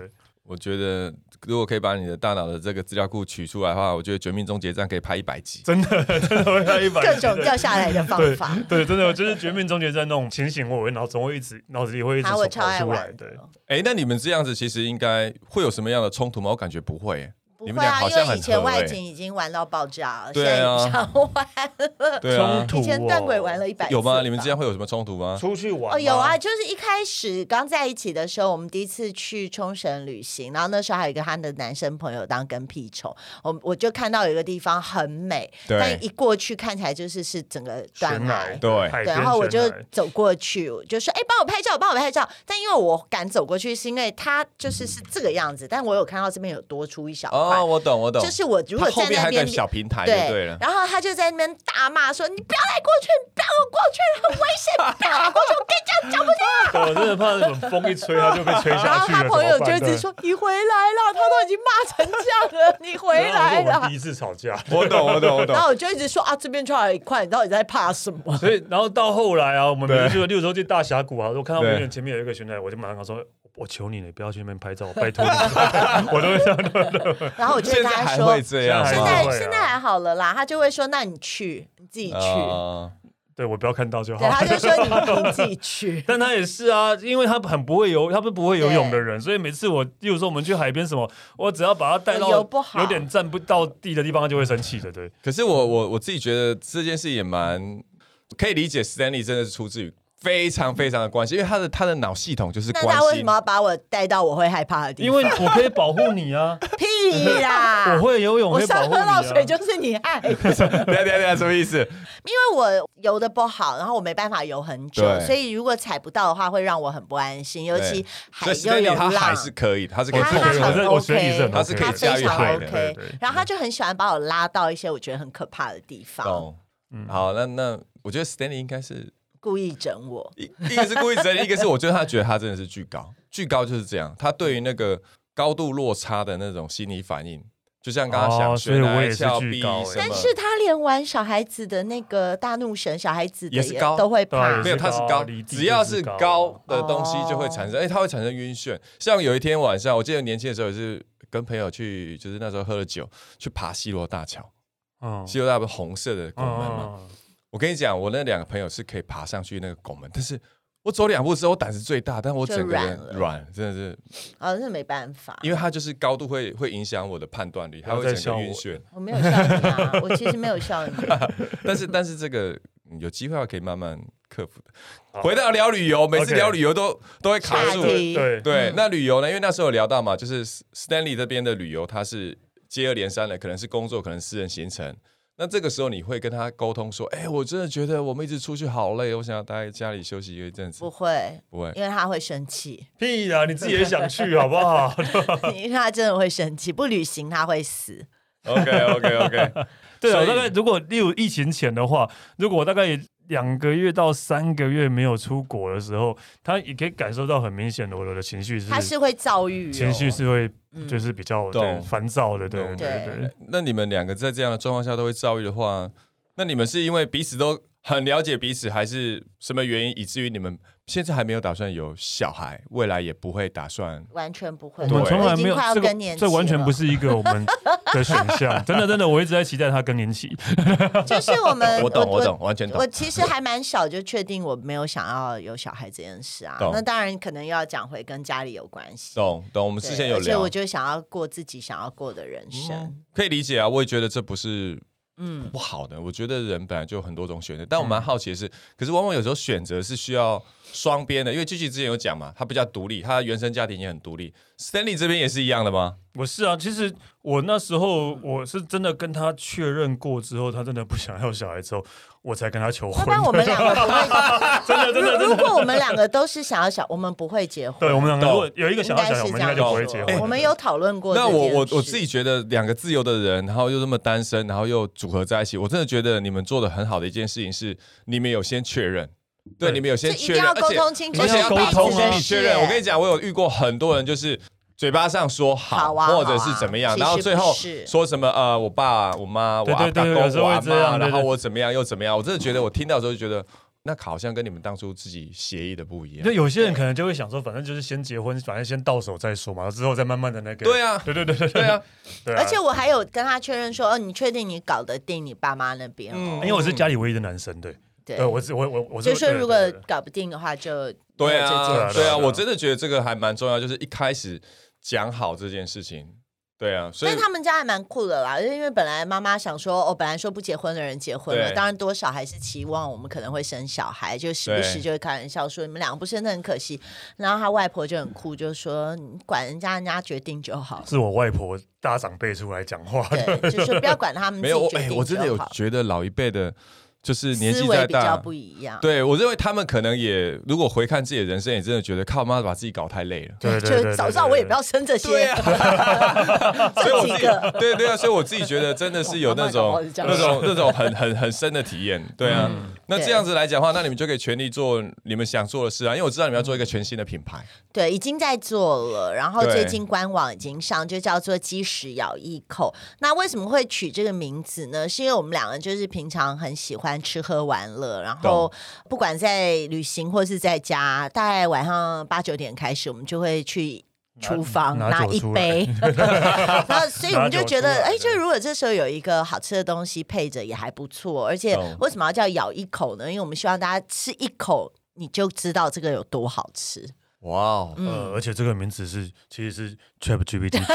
Speaker 1: 我觉得如果可以把你的大脑的这个资料库取出来的话，我觉得《绝命终结战》可以拍一百集。
Speaker 3: 真的真的会像一百
Speaker 2: 各种掉下来的 方
Speaker 3: 对
Speaker 2: 法。
Speaker 3: 对，真的就是《绝命终结战》那种情形，我会脑中会一直脑子里会一直
Speaker 2: 啊，
Speaker 3: 跑
Speaker 2: 我超爱
Speaker 3: 出来
Speaker 2: 玩。
Speaker 3: 对，
Speaker 1: 哎，那你们这样子其实应该会有什么样的冲突吗？我感觉不会、欸。
Speaker 2: 不
Speaker 1: 你
Speaker 2: 会
Speaker 1: 们俩
Speaker 2: 啊，
Speaker 1: 好
Speaker 2: 因
Speaker 1: 像
Speaker 2: 为
Speaker 1: 很
Speaker 2: 以
Speaker 1: 合
Speaker 2: 前外
Speaker 1: 欸
Speaker 2: 景已经玩到爆炸了，现
Speaker 1: 对
Speaker 2: 在
Speaker 1: 啊
Speaker 2: 不想玩。
Speaker 1: 对啊，
Speaker 3: 冲突
Speaker 2: 以前断
Speaker 3: 哦
Speaker 2: 轨玩了一百次吧，
Speaker 1: 有吗？你们之间会有什么冲突吗？
Speaker 3: 出去玩
Speaker 2: 哦，有
Speaker 3: 吗
Speaker 2: 啊，就是一开始刚在一起的时候，我们第一次去冲绳旅行，然后那时候还有一个他的男生朋友当跟屁虫，我我就看到有一个地方很美，
Speaker 1: 对
Speaker 2: 但一过去看起来就是是整个断
Speaker 3: 悬
Speaker 2: 崖
Speaker 3: 崖，。
Speaker 1: 对
Speaker 3: 海
Speaker 2: 对，
Speaker 3: 边
Speaker 2: 然后我就
Speaker 3: 悬崖
Speaker 2: 走过去，我就说：“哎、帮我拍照，帮我拍照。”但因为我敢走过去，是因为他就是是这个样子，但我有看到这边有多出一小块，
Speaker 1: 哦，我懂，我懂。
Speaker 2: 就是我如果
Speaker 1: 它后
Speaker 2: 站
Speaker 1: 面
Speaker 2: 在
Speaker 1: 还
Speaker 2: 那
Speaker 1: 有
Speaker 2: 边
Speaker 1: 个小平台就
Speaker 2: 对
Speaker 1: 对了。
Speaker 2: 然后他就在那边大骂说：“你不要来过去，你不要给我过去，很危险，不要来过去，我跟你讲讲不听。
Speaker 3: 对我真的怕那种风一吹，它就被吹”
Speaker 2: 然
Speaker 3: 下
Speaker 2: 后
Speaker 3: 去了。
Speaker 2: 他朋友
Speaker 3: 怎么办
Speaker 2: 就一直，说：“你回来了，他都已经骂成这样了，你回
Speaker 3: 对
Speaker 2: 来啊
Speaker 3: 啊然后我们
Speaker 2: 了
Speaker 3: 第。一次吵架，
Speaker 1: 我懂，我懂，我”懂
Speaker 2: 然。后我就一直说：“啊，这边出来一块，你到底在怕什么
Speaker 3: 所以然后到后来啊，我们
Speaker 1: 对
Speaker 3: 比如六时候去大峡谷啊，我看到
Speaker 1: 对
Speaker 3: 远远前面有一个悬崖，我就马上跟他说。我求你了，不要去那边拍照，拜 托你，我都会这样的。？”
Speaker 2: 然后我就
Speaker 1: 现
Speaker 2: 跟
Speaker 1: 在
Speaker 2: 他
Speaker 1: 还
Speaker 2: 说
Speaker 1: 会。这样吗？
Speaker 3: 现
Speaker 2: 现在
Speaker 3: 还会啊
Speaker 2: 现在还好了啦，他就会说：“那你去，你自己去。
Speaker 1: 啊
Speaker 3: 对我不要看到就
Speaker 2: 对，
Speaker 3: 好。。
Speaker 2: 他就说你：“你自己 去
Speaker 3: 但他也是啊，因为他很不会游，他不不会游泳的人，所以每次我，例如说我们去海边什么，我只要把他带到
Speaker 2: 游不好
Speaker 3: 有点站不到地的地方，他就会生气的。对，
Speaker 1: 可是我我我自己觉得这件事也蛮可以理解，Stanley 真的是出自于非常非常的关心，因为他的他的脑系统就是”
Speaker 2: 那
Speaker 1: 关
Speaker 2: 他为什
Speaker 1: 心
Speaker 2: 么。要把我带到我会害怕 的地
Speaker 3: 因
Speaker 2: 方？
Speaker 3: 为我可以保护你 啊，
Speaker 2: 屁 啦！
Speaker 3: 我会游泳，
Speaker 2: 我
Speaker 3: 可以保
Speaker 2: 上
Speaker 3: 护
Speaker 2: 喝
Speaker 3: 你啊
Speaker 2: 到。水就是你害的。
Speaker 1: 等一下等一下等一下，什么意思？
Speaker 2: 因为我游的不好，然后我没办法游很久，
Speaker 1: 对
Speaker 2: 所以如果踩不到的话，会让我很不安心。尤其海
Speaker 1: 所以
Speaker 2: 又
Speaker 1: Stanley
Speaker 2: 有
Speaker 1: 他
Speaker 2: 浪，
Speaker 1: 还是可以，他是可以
Speaker 2: 他
Speaker 1: 控
Speaker 2: 他
Speaker 1: 制
Speaker 3: 我
Speaker 1: 的
Speaker 3: 是
Speaker 2: 很。
Speaker 3: 我学理是
Speaker 2: OK，
Speaker 3: 很
Speaker 1: 他是可以驾驭
Speaker 2: 非常
Speaker 1: 海的
Speaker 2: OK，
Speaker 3: 对对
Speaker 2: 然后
Speaker 1: 嗯
Speaker 2: 他就很喜欢把我拉到一些我觉得很可怕的地方，
Speaker 1: 懂。好，那那我觉得 Stanley 应该是
Speaker 2: 故意整我。
Speaker 1: 一一个是故意整理，一个是我觉得他觉得他真的是巨高，巨高就是这样，他对于那个高度落差的那种心理反应，就像刚刚想
Speaker 3: 哦所以
Speaker 1: 学
Speaker 3: 我
Speaker 1: 来
Speaker 3: 也是
Speaker 1: 峭壁
Speaker 3: 巨
Speaker 1: 什
Speaker 3: 高
Speaker 1: 么
Speaker 3: 欸，
Speaker 2: 但是他连玩小孩子的那个大怒神，小孩子的
Speaker 1: 也是高
Speaker 2: 都会
Speaker 3: 对啊
Speaker 2: 怕
Speaker 3: 也
Speaker 1: 没。有，它是高
Speaker 3: 离，地
Speaker 1: 只要
Speaker 3: 就是
Speaker 1: 是
Speaker 3: 高啊
Speaker 1: 高的东西就会产生，哎，它会产生晕眩。像有一天晚上，我记得年轻的时候也是跟朋友去，就是那时候喝了酒，去爬西罗大桥。
Speaker 3: 嗯
Speaker 1: 西罗大桥不是红色的拱门吗？
Speaker 3: 嗯
Speaker 1: 我跟你讲，我那两个朋友是可以爬上去那个拱门，但是我走两步之后，我胆子最大，但我整个人
Speaker 2: 就软了
Speaker 1: 软，真的是，
Speaker 2: 啊，那没办法，
Speaker 1: 因为它就是高度会会影响我的判断力，
Speaker 3: 不
Speaker 1: 它
Speaker 3: 要
Speaker 1: 会
Speaker 3: 再
Speaker 1: 整个
Speaker 3: 笑
Speaker 1: 晕
Speaker 3: 我
Speaker 1: 眩。
Speaker 2: 我没有笑你啊，我其实没有笑你。
Speaker 1: 但是但是这个嗯有机会啊可以慢慢克服的。
Speaker 3: 好
Speaker 1: 回到聊旅游，每次
Speaker 3: OK
Speaker 1: 聊旅游都都会卡
Speaker 2: 下
Speaker 1: 住
Speaker 2: 一。题
Speaker 3: 对嗯对，
Speaker 1: 对，那旅游呢？因为那时候有聊到嘛，就是 Stanley 这边的旅游，它是接二连三的，可能是工作，可能私人行程。那这个时候你会跟他沟通说，哎、我真的觉得我们一直出去好累，我想要待在家里休息一阵子
Speaker 2: 不。会，
Speaker 1: 不会，
Speaker 2: 因为他会生气，
Speaker 3: 屁啊，你自己也想去好不好？
Speaker 2: 因为他真的会生气，不履行他会死。
Speaker 1: OK OK OK，
Speaker 3: 对
Speaker 1: 所
Speaker 3: 啊，
Speaker 1: 以
Speaker 3: 大概如果例如疫情前的话，如果我大概也两个月到三个月没有出国的时候，他也可以感受到很明显的我的情绪
Speaker 2: 他
Speaker 3: 是
Speaker 2: 是会躁郁、哦，
Speaker 3: 情绪是会
Speaker 2: 嗯
Speaker 3: 就是比较
Speaker 1: 懂
Speaker 3: 对烦躁的，对
Speaker 1: 懂
Speaker 3: 对
Speaker 2: 对
Speaker 3: 对。
Speaker 1: 那你们两个在这样的状况下都会遭遇的话，那你们是因为彼此都很了解彼此，还是什么原因，以至于你们现在还没有打算有小孩，未来也不会打算？
Speaker 2: 完全不会。
Speaker 3: 我们
Speaker 1: 对
Speaker 3: 从来没
Speaker 2: 已经
Speaker 3: 有
Speaker 2: 快要
Speaker 3: 这个
Speaker 2: 更年，期
Speaker 3: 这完全
Speaker 2: 了
Speaker 3: 不是一个我们的选 项。真的，真的，我一直在期待他更年期。
Speaker 2: 就是我 们，
Speaker 1: 我懂，我懂，完全懂
Speaker 2: 我。其实还蛮小就确定我没有想要有小孩这件事啊
Speaker 1: 懂。
Speaker 2: 那当然可能又要讲回跟家里有关系。
Speaker 1: 懂懂，我们
Speaker 2: 对
Speaker 1: 之前有
Speaker 2: 而且
Speaker 1: 聊，
Speaker 2: 我就想要过自己想要过的人
Speaker 3: 嗯
Speaker 2: 生。
Speaker 1: 可以理解啊，我也觉得这不是
Speaker 2: 嗯，
Speaker 1: 不好的。我觉得人本来就有很多种选择，但我蛮好奇的是，可是往往有时候选择是需要双边的，因为剧情之前有讲嘛，他比较独立，他的原生家庭也很独立。Stanley 这边也是一样的吗？
Speaker 3: 我是啊，其实我那时候我是真的跟他确认过之后，他真的不想要小孩之后，我才跟他求
Speaker 2: 要
Speaker 3: 婚
Speaker 2: 不。然我们两个不会
Speaker 3: 真的，真的，
Speaker 2: 如如果我们两个都是想要小，我们不会结婚。
Speaker 3: 对我们两个，如
Speaker 1: 懂
Speaker 3: 果有一个
Speaker 2: 应
Speaker 3: 想要
Speaker 2: 该
Speaker 3: 小
Speaker 2: 是
Speaker 3: 孩，我
Speaker 2: 这
Speaker 3: 们应该
Speaker 2: 样
Speaker 3: 就不会结
Speaker 2: 说
Speaker 3: 婚了。
Speaker 2: 我们有讨论过这
Speaker 1: 那
Speaker 2: 件事。
Speaker 1: 我我我自己觉得，两个自由的人，然后又这么单身，然后又组合在一起，我真的觉得你们做的很好的一件事情是，你们有先确认，对，
Speaker 3: 对
Speaker 1: 你们有
Speaker 2: 这
Speaker 1: 先
Speaker 2: 一
Speaker 1: 确认，
Speaker 2: 定要
Speaker 1: 而
Speaker 2: 沟
Speaker 1: 且
Speaker 2: 通清楚，
Speaker 1: 而且
Speaker 3: 要
Speaker 1: 要
Speaker 3: 沟
Speaker 1: 彼
Speaker 3: 通
Speaker 1: 此
Speaker 3: 啊
Speaker 1: 跟你确认。我跟你讲，我有遇过很多人，就是嘴巴上说
Speaker 2: 好啊
Speaker 1: 或者
Speaker 2: 好
Speaker 1: 是
Speaker 2: 啊
Speaker 1: 怎么样，
Speaker 2: 其
Speaker 1: 然后
Speaker 2: 实
Speaker 1: 最
Speaker 2: 不
Speaker 1: 后
Speaker 2: 是
Speaker 1: 说什么呃，我爸、我妈、我
Speaker 3: 对
Speaker 1: 阿
Speaker 3: 对
Speaker 1: 公、
Speaker 3: 对有时
Speaker 1: 我
Speaker 3: 候会
Speaker 1: 阿
Speaker 3: 这样
Speaker 1: 妈，
Speaker 3: 对
Speaker 1: 然后
Speaker 3: 对
Speaker 1: 我怎么样又怎么样，我真的觉得我听到的时候就觉得，那好像跟你们当初自己协议的不一样
Speaker 3: 就。有些人可能就会想说，反正就是先结婚，反正先到手再说嘛，之后再慢慢的那个。
Speaker 1: 对啊
Speaker 3: 对对对对
Speaker 1: 对啊，
Speaker 3: 对啊。
Speaker 2: 而且我还有跟他确认说，哦，你确定你搞得定你爸妈那边哦？
Speaker 1: 嗯
Speaker 3: 因为我是家里唯一的男生，对，
Speaker 2: 对
Speaker 3: 对，我是我我我是
Speaker 2: 就说如果
Speaker 3: 对对对
Speaker 2: 搞不定的话就，
Speaker 1: 对
Speaker 2: 没有这件
Speaker 1: 啊，
Speaker 2: 事
Speaker 1: 对
Speaker 3: 对
Speaker 1: 啊，
Speaker 3: 啊。
Speaker 1: 我真的觉得这个还蛮重要，就是一开始讲好这件事情。对啊，所以
Speaker 2: 但他们家还蛮酷的啦，因为本来妈妈想说，哦，本来说不结婚的人结婚了，
Speaker 1: 对
Speaker 2: 当然多少还是期望我们可能会生小孩，就时不时
Speaker 1: 对
Speaker 2: 就会开玩笑说你们两个不生的很可惜。然后他外婆就很酷，就说你管人家，人家决定就 好
Speaker 3: 是我外婆大长辈出来讲话，
Speaker 2: 对，就说不要管他们自
Speaker 1: 没有
Speaker 2: 己
Speaker 1: 我，
Speaker 2: 决
Speaker 1: 哎、
Speaker 2: 定
Speaker 1: 我真的
Speaker 2: 就
Speaker 1: 有
Speaker 2: 好。
Speaker 1: 觉得老一辈的，就是年纪
Speaker 2: 思
Speaker 1: 再
Speaker 2: 维比较
Speaker 1: 大，
Speaker 2: 不一样，
Speaker 1: 对我认为他们可能也，如果回看自己的人生，也真的觉得靠妈把自己搞太累了。
Speaker 3: 对对对
Speaker 2: 就
Speaker 3: 对呃
Speaker 2: 早知道我也不要生这些，
Speaker 1: 啊所以我自
Speaker 2: 这几
Speaker 1: 己
Speaker 2: 个。
Speaker 1: 对对啊，所以我自己觉得真的是有那
Speaker 2: 我妈妈搞不好
Speaker 1: 种
Speaker 2: 是这样
Speaker 1: 那种那种很很很深的体验，对啊。那
Speaker 2: 对
Speaker 1: 这样子来讲的话，那你们就可以全力做你们想做的事啊，因为我知道你们要做一个全新的品牌，
Speaker 2: 对，已经在做了，然后
Speaker 1: 对
Speaker 2: 最近官网已经上，就叫做“鸡屎咬一口”。那为什么会取这个名字呢？是因为我们两个就是平常很喜欢吃喝玩乐，然后不管在旅行或是在家，大概晚上八九点开始，我们就会去。厨房
Speaker 3: 拿
Speaker 2: 拿
Speaker 3: 酒
Speaker 2: 一
Speaker 3: 出来
Speaker 2: 杯，然后所以我们就
Speaker 3: 拿酒
Speaker 2: 觉得，
Speaker 3: 出来
Speaker 2: 哎，就如果这时候有一个好吃的东西配着也还不错，而且
Speaker 1: 懂
Speaker 2: 为什么要叫咬一口呢？因为我们希望大家吃一口你就知道这个有多好吃。
Speaker 1: 哇哦，
Speaker 2: 嗯
Speaker 3: 呃，而且这个名字是其实是 Chat GPT 取的，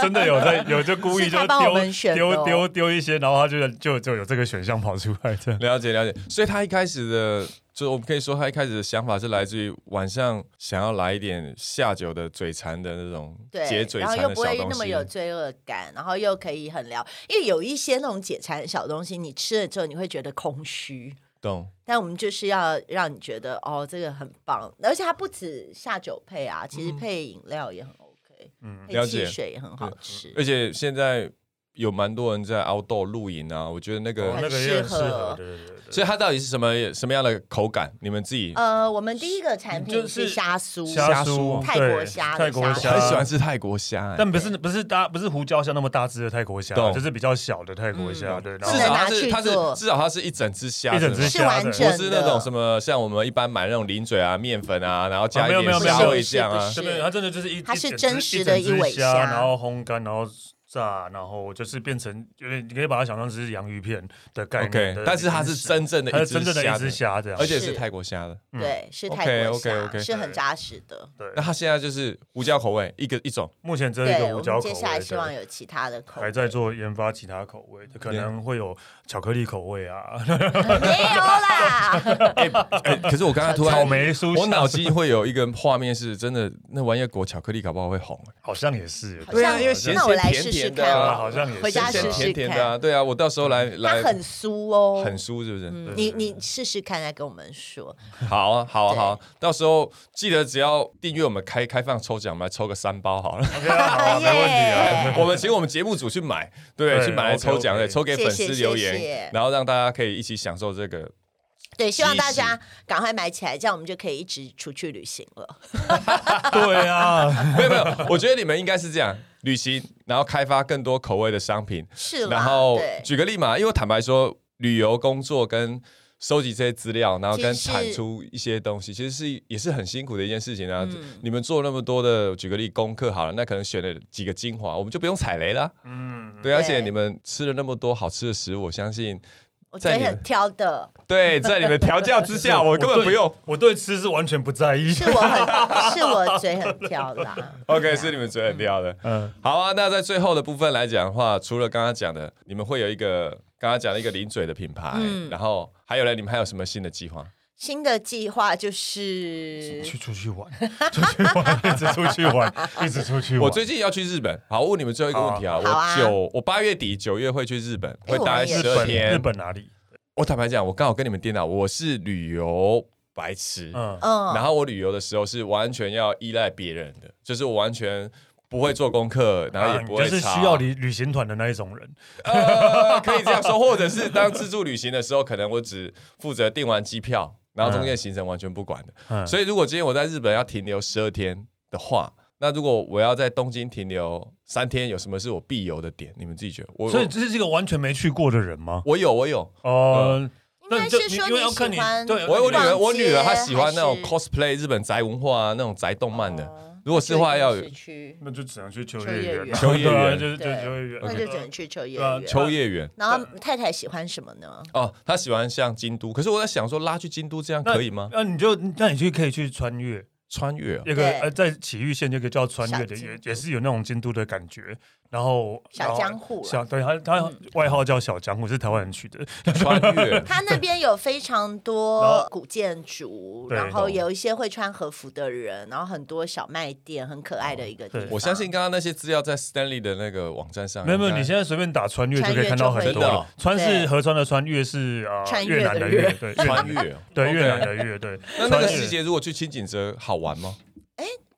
Speaker 3: 真的有在有就故意
Speaker 2: 是
Speaker 3: 就
Speaker 2: 他帮我们选
Speaker 3: 丢
Speaker 2: 的哦
Speaker 3: 丢丢丢一些，然后他就就就有这个选项跑出来这样。
Speaker 1: 了解了解，所以他一开始的，就我们可以说他一开始的想法是来自于晚上想要来一点下酒的嘴馋的那种
Speaker 2: 对，
Speaker 1: 解嘴
Speaker 2: 然
Speaker 1: 馋
Speaker 2: 后又
Speaker 1: 的
Speaker 2: 不
Speaker 1: 小
Speaker 2: 会
Speaker 1: 东
Speaker 2: 那么有
Speaker 1: 西。
Speaker 2: 罪恶感，然后又可以很聊，因为有一些那种解馋的小东西，你吃了之后你会觉得空虚，
Speaker 1: 懂
Speaker 2: 但我们就是要让你觉得哦，这个很棒，而且它不止下酒配啊，其实配饮料也很 OK，
Speaker 3: 嗯
Speaker 2: 配
Speaker 1: 嗯了
Speaker 2: 汽
Speaker 1: 解
Speaker 2: 水也很好吃，
Speaker 1: 而且现在有蛮多人在 outdoor 露营啊，我觉得那个，
Speaker 3: 哦那个也很适合，对对对对。
Speaker 1: 所以它到底是什么什么样的口感？你们自己、
Speaker 2: 呃，我们第一个产
Speaker 3: 就
Speaker 2: 品
Speaker 3: 是
Speaker 2: 是虾酥，
Speaker 1: 嗯虾
Speaker 3: 酥
Speaker 1: 酥
Speaker 2: 泰
Speaker 3: 对
Speaker 2: 国虾的
Speaker 3: 泰国
Speaker 2: 虾
Speaker 1: 我
Speaker 3: 虾，
Speaker 1: 很喜欢吃泰国虾、哎
Speaker 3: 但 不是不是大不是胡椒虾那么大只的泰国虾，
Speaker 1: 懂
Speaker 3: 就是比较小的泰国虾，对，然
Speaker 1: 至
Speaker 3: 后
Speaker 2: 能
Speaker 1: 少它
Speaker 2: 拿
Speaker 1: 是
Speaker 2: 去
Speaker 1: 它是
Speaker 2: 做
Speaker 1: 至少它是一整只虾，
Speaker 3: 一整只
Speaker 1: 是吗
Speaker 2: 是
Speaker 3: 虾
Speaker 2: 完
Speaker 3: 的
Speaker 2: 整
Speaker 1: 不是那种什么像我们一般买那种零嘴啊、面粉啊，然后加
Speaker 3: 啊
Speaker 1: 一
Speaker 3: 没有
Speaker 1: 点
Speaker 3: 没有
Speaker 1: 虾
Speaker 3: 没有
Speaker 1: 味酱啊
Speaker 2: 不，
Speaker 3: 对对，它真的就是一，
Speaker 2: 它是
Speaker 3: 一整只
Speaker 2: 真实的
Speaker 3: 一整
Speaker 2: 一尾
Speaker 3: 只
Speaker 2: 虾
Speaker 3: 然后烘干，然后炸，然后就是变成有点，你可以把它想象成是洋芋片的概
Speaker 1: OK，
Speaker 3: 念。对
Speaker 1: 但是它是，真正的一
Speaker 3: 它是
Speaker 1: 只
Speaker 3: 真正的
Speaker 1: 虾
Speaker 3: 一
Speaker 1: 的
Speaker 3: 只，虾这样
Speaker 1: 而。且是
Speaker 2: 是
Speaker 1: 泰国虾的。
Speaker 3: 嗯
Speaker 2: 对，是
Speaker 1: OK，
Speaker 2: 泰国虾
Speaker 1: OK，OK
Speaker 2: 是很扎实的。
Speaker 3: 对
Speaker 1: 那，它现在就是胡椒口味，一个一 种
Speaker 3: 目前只有一
Speaker 2: 对，
Speaker 3: 个
Speaker 2: 我
Speaker 3: 胡椒
Speaker 2: 们
Speaker 3: 口
Speaker 2: 接下来希望
Speaker 3: 味，
Speaker 2: 有其他的口
Speaker 3: 对
Speaker 2: 味
Speaker 3: 还。在做研发其他口味，可能会有巧克力口味啊，
Speaker 2: 没有啦，
Speaker 1: 哎，可是我刚才突
Speaker 3: 草
Speaker 1: 然，
Speaker 3: 莓酥。
Speaker 1: 我脑筋会有一个画面是真的，那玩意儿裹巧克力搞不好会红。
Speaker 3: 好像也是，
Speaker 2: 好
Speaker 1: 对啊
Speaker 2: 像
Speaker 1: 因为咸
Speaker 2: 那我来
Speaker 1: 咸
Speaker 2: 试
Speaker 1: 甜
Speaker 2: 试
Speaker 1: 甜的
Speaker 2: 看
Speaker 1: 啊
Speaker 3: 啊
Speaker 2: 好
Speaker 3: 好
Speaker 2: 了，
Speaker 3: 像也是
Speaker 2: 回家
Speaker 1: 咸咸
Speaker 2: 试试
Speaker 1: 甜甜
Speaker 2: 看
Speaker 1: 的啊，对啊，我到时候来
Speaker 2: 它
Speaker 1: 来
Speaker 2: 很酥哦，
Speaker 1: 很酥，是不是？
Speaker 2: 嗯
Speaker 3: 对，
Speaker 2: 你
Speaker 3: 对
Speaker 2: 你
Speaker 3: 对
Speaker 2: 试试看，再跟我们说。
Speaker 1: 好啊，好啊，好啊，到时候记得只要订阅我们开开放抽奖，我们来抽个三包好 了。
Speaker 3: OK 啊，好 啊，没问题啊。
Speaker 1: 我们请我们节目组去买，对，
Speaker 3: 对
Speaker 1: 去买来抽奖，
Speaker 3: OK，OK
Speaker 1: 对，抽给粉
Speaker 2: 谢
Speaker 1: 丝
Speaker 2: 谢
Speaker 1: 留言，
Speaker 2: 谢谢
Speaker 1: 然后让大家可以一起享受这个。
Speaker 2: 对，希望
Speaker 1: 其
Speaker 2: 大
Speaker 1: 实
Speaker 2: 家赶快买起来，这样我们就可以一直出去旅行了。
Speaker 3: 对啊，
Speaker 1: 没有没有，我觉得你们应该是这样，旅行，然后开发更多口味的商品，
Speaker 2: 是啦，
Speaker 1: 然后
Speaker 2: 对，
Speaker 1: 举个例嘛，因为坦白说，旅游工作跟收集这些资料，然后跟
Speaker 2: 其实
Speaker 1: 产出一些东西，其实是也是很辛苦的一件事情啊。
Speaker 2: 嗯
Speaker 1: 你们做那么多的，举个例功课好了，那可能选了几个精华，我们就不用踩雷啦。
Speaker 3: 嗯，
Speaker 1: 对，
Speaker 2: 对
Speaker 1: 而且你们吃了那么多好吃的食物，我相信
Speaker 2: 我觉
Speaker 1: 在
Speaker 2: 得
Speaker 1: 你
Speaker 2: 很挑的，
Speaker 1: 对，在你们调 教之下，我根本
Speaker 3: 对
Speaker 1: 不用。
Speaker 3: 我对吃是完全不在意。
Speaker 2: 是 我很是我嘴很挑啦。
Speaker 1: OK，是你们嘴很挑的。
Speaker 3: 嗯，
Speaker 1: 好啊，那在最后的部分来讲的话，除了刚刚讲的，你们会有一个刚刚讲的一个零嘴的品牌，
Speaker 2: 嗯
Speaker 1: 然后还有呢，你们还有什么新的计划？
Speaker 2: 新的计划就是
Speaker 3: 去出去玩，呃出去玩，一直出去 玩，一直出去玩。
Speaker 1: 我最近要去日本。好，我问你们最后一个问题啊，
Speaker 2: 哦好啊
Speaker 1: 我九我八月底九月会去日本，
Speaker 2: 哎
Speaker 1: 会待
Speaker 2: 我们也
Speaker 1: 十
Speaker 3: 日
Speaker 1: 二
Speaker 3: 本
Speaker 1: 天。
Speaker 3: 日本哪里？
Speaker 1: 我坦白讲，我刚好跟你们颠倒，我是旅游白痴，
Speaker 3: 嗯，
Speaker 2: 嗯，
Speaker 1: 然后我旅游的时候是完全要依赖别人的，就是我完全。不会做功课，然后也
Speaker 3: 啊
Speaker 1: 不会、
Speaker 3: 你就是需要旅旅行团的那一种人。
Speaker 1: 呃，可以这样说，或者是当自助旅行的时候，可能我只负责订完机票，然后中间行程完全不管的。
Speaker 3: 嗯，
Speaker 1: 所以如果今天我在日本要停留十二天的话，那如果我要在东京停留三天，有什么是我必游的点？你们自己觉得？我呃
Speaker 3: 所以这是一个完全没去过的人吗？
Speaker 1: 我有我有，
Speaker 3: 哦，
Speaker 2: 应
Speaker 3: 那
Speaker 2: 该
Speaker 3: 你就是
Speaker 2: 说
Speaker 3: 因为要看
Speaker 2: 喜
Speaker 3: 你
Speaker 2: 欢
Speaker 3: 对
Speaker 1: 我我女儿
Speaker 2: 逛
Speaker 1: 我女儿
Speaker 2: 街
Speaker 1: 她喜欢那种
Speaker 2: 还是
Speaker 1: cosplay 日本宅文化啊，那种宅动漫的。
Speaker 2: 哦
Speaker 1: 如果是话要
Speaker 2: 那就一定是去
Speaker 3: 那就只能去秋
Speaker 2: 叶原
Speaker 3: 原啊，
Speaker 1: 秋叶原
Speaker 3: 对啊就是就
Speaker 2: 对
Speaker 3: 是秋叶原，
Speaker 2: 那就只能去秋叶
Speaker 3: 对啊
Speaker 2: 原。
Speaker 1: 秋叶原
Speaker 2: 然后太太喜欢什么呢？
Speaker 1: 哦，她喜欢像京都，可是我在想说拉去京都这样
Speaker 3: 那
Speaker 1: 可以吗？
Speaker 3: 那你就那你去可以去穿越
Speaker 1: 穿越 啊
Speaker 3: 一个
Speaker 2: 对
Speaker 3: 呃，在埼玉县这个叫穿越的，
Speaker 2: 小京
Speaker 3: 也
Speaker 2: 都
Speaker 3: 也是有那种京都的感觉。然后
Speaker 2: 小
Speaker 3: 然后
Speaker 2: 江户啊
Speaker 3: 小对他他外号叫小江户，是台湾人取
Speaker 1: 嗯
Speaker 3: 的。
Speaker 1: 穿 越
Speaker 2: 他那边有非常
Speaker 3: 然
Speaker 2: 多
Speaker 3: 后
Speaker 2: 古建筑，
Speaker 3: 对
Speaker 2: 然后有一些会穿和服的人，然后很多小卖店，很可爱的一个地
Speaker 3: 对
Speaker 2: 方。
Speaker 1: 我相信刚刚那些资料在 Stanley 的那个网站上。
Speaker 3: 没有没有，
Speaker 1: 应该
Speaker 3: 你现在随便打穿越就
Speaker 2: 穿
Speaker 3: 可以
Speaker 2: 越
Speaker 3: 看
Speaker 2: 就
Speaker 3: 到
Speaker 2: 会
Speaker 3: 很
Speaker 1: 有
Speaker 3: 多
Speaker 1: 真的哦
Speaker 3: 了。川
Speaker 2: 对
Speaker 3: 是河川的川，越是呃
Speaker 2: 穿越
Speaker 3: 越南
Speaker 2: 的
Speaker 3: 的
Speaker 2: 越
Speaker 3: 越，对
Speaker 1: 穿
Speaker 3: 越南
Speaker 1: 越哦，
Speaker 3: 对
Speaker 1: OK
Speaker 3: 越南的越对。
Speaker 1: 那那个
Speaker 3: 穿越
Speaker 1: 细节，如果去清景泽好玩吗？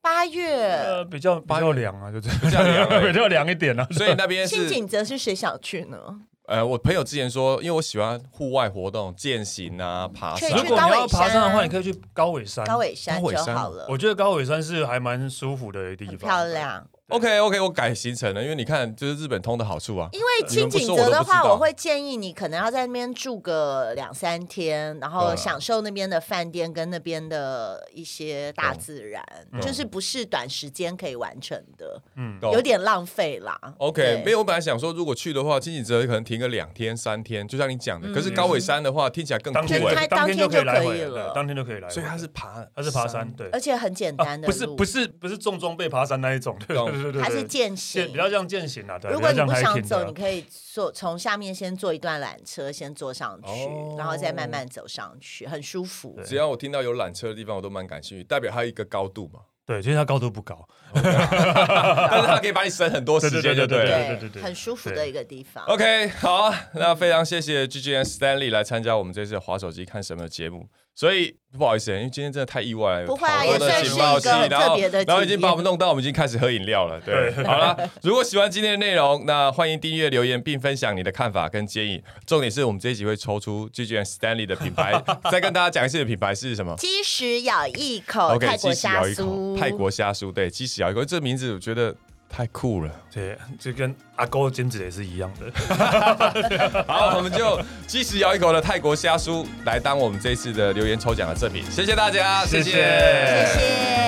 Speaker 2: 八月，
Speaker 3: 呃比较比
Speaker 1: 八
Speaker 3: 较凉啊，就这样
Speaker 1: 比较凉而已
Speaker 3: 比较凉一点啊。
Speaker 1: 所以那边
Speaker 2: 清
Speaker 1: 是
Speaker 2: 景泽是谁想去呢？
Speaker 3: 嗯
Speaker 1: 呃，我朋友之前说，因为我喜欢户外活动，健行啊、爬
Speaker 2: 可以
Speaker 1: 山
Speaker 2: 去
Speaker 3: 如
Speaker 1: 啊。
Speaker 3: 果你要
Speaker 2: 高尾
Speaker 3: 爬山的
Speaker 2: 山啊
Speaker 3: 话，你可以去高尾山。
Speaker 2: 高尾山
Speaker 1: 高尾
Speaker 2: 就
Speaker 1: 山
Speaker 2: 好了，
Speaker 3: 我觉得高尾山是还蛮舒服的地
Speaker 2: 很
Speaker 3: 方，
Speaker 2: 漂亮。
Speaker 1: OK OK，我改行程了，因为你看，就是日本通的好处啊。
Speaker 2: 因为清景泽的话，我会建议你可能要在那边住个两三天，然
Speaker 3: 啊
Speaker 2: 后享受那边的饭店跟那边的一些大自然，就是不是短时间可以完成的，
Speaker 3: 嗯，
Speaker 1: 懂
Speaker 2: 有点浪费啦。
Speaker 1: OK，
Speaker 2: 对
Speaker 1: 没有，我本来想说，如果去的话，清景泽可能停个两天、三天，就像你讲的。可是高尾山的话，听起来更酷
Speaker 3: 当天
Speaker 2: 就
Speaker 1: 哎
Speaker 2: 开，
Speaker 3: 当天就可以来回
Speaker 2: 当天就可以了
Speaker 3: 对当天就可以来回，
Speaker 1: 所以它是爬，
Speaker 3: 它是爬山，对，
Speaker 2: 而且很简
Speaker 3: 啊
Speaker 2: 单的
Speaker 3: 不
Speaker 2: 路，
Speaker 3: 是不是不是重装备爬山那一种，对
Speaker 1: 懂
Speaker 3: 对对对，
Speaker 2: 它是
Speaker 3: 对
Speaker 2: 践行
Speaker 3: 健比。较像健行啊，对，
Speaker 2: 如果
Speaker 3: 比
Speaker 2: 你
Speaker 3: 较
Speaker 2: 不
Speaker 3: 像
Speaker 2: 想
Speaker 3: hiking
Speaker 2: 走，
Speaker 3: 的
Speaker 2: 你可以坐从下面先坐一段缆车，先坐上去，
Speaker 1: 哦
Speaker 2: 然后再慢慢走上去，很舒服。
Speaker 1: 只要我听到有缆车的地方，我都蛮感兴趣，代表它有一个高度嘛。
Speaker 3: 对，其实它高度不高，
Speaker 1: 但是它可以把你省很多时间，就对了。
Speaker 3: 对对对
Speaker 2: 很舒服的一个地方。
Speaker 1: OK，好啊、那非常谢谢 GGN Stanley 来参加我们这次的划手机看什么的节目。所以不好意思，因为今天真的太意外了，
Speaker 2: 不会啊
Speaker 1: 好多的
Speaker 3: 也算是
Speaker 1: 情报
Speaker 3: 一
Speaker 1: 器，
Speaker 3: 个
Speaker 1: 然后
Speaker 2: 特别的
Speaker 1: 然后已
Speaker 2: 经
Speaker 1: 经
Speaker 2: 验
Speaker 1: 把我们弄到，我们已经开始喝饮料了。对，好了，如果喜欢今天的内容，那欢迎订阅、留言并分享你的看法跟建议。重点是我们这一集会抽出 GGN Stanley 的品 牌，再跟大家讲一次的品牌是什么。
Speaker 2: 鸡屎咬一口，
Speaker 1: OK，
Speaker 2: 哦泰
Speaker 1: 鸡
Speaker 2: 国
Speaker 1: 屎
Speaker 2: 虾
Speaker 1: 咬一口，
Speaker 2: 酥，
Speaker 1: 泰国虾酥，对，鸡屎咬一口，这名字我觉得太酷了。
Speaker 3: 对，这跟阿勾兼职也是一样的。
Speaker 1: 好，我们就即时咬一口的泰国虾酥来当我们这一次的留言抽奖的赠品，谢谢大家，
Speaker 3: 谢谢
Speaker 2: 谢谢。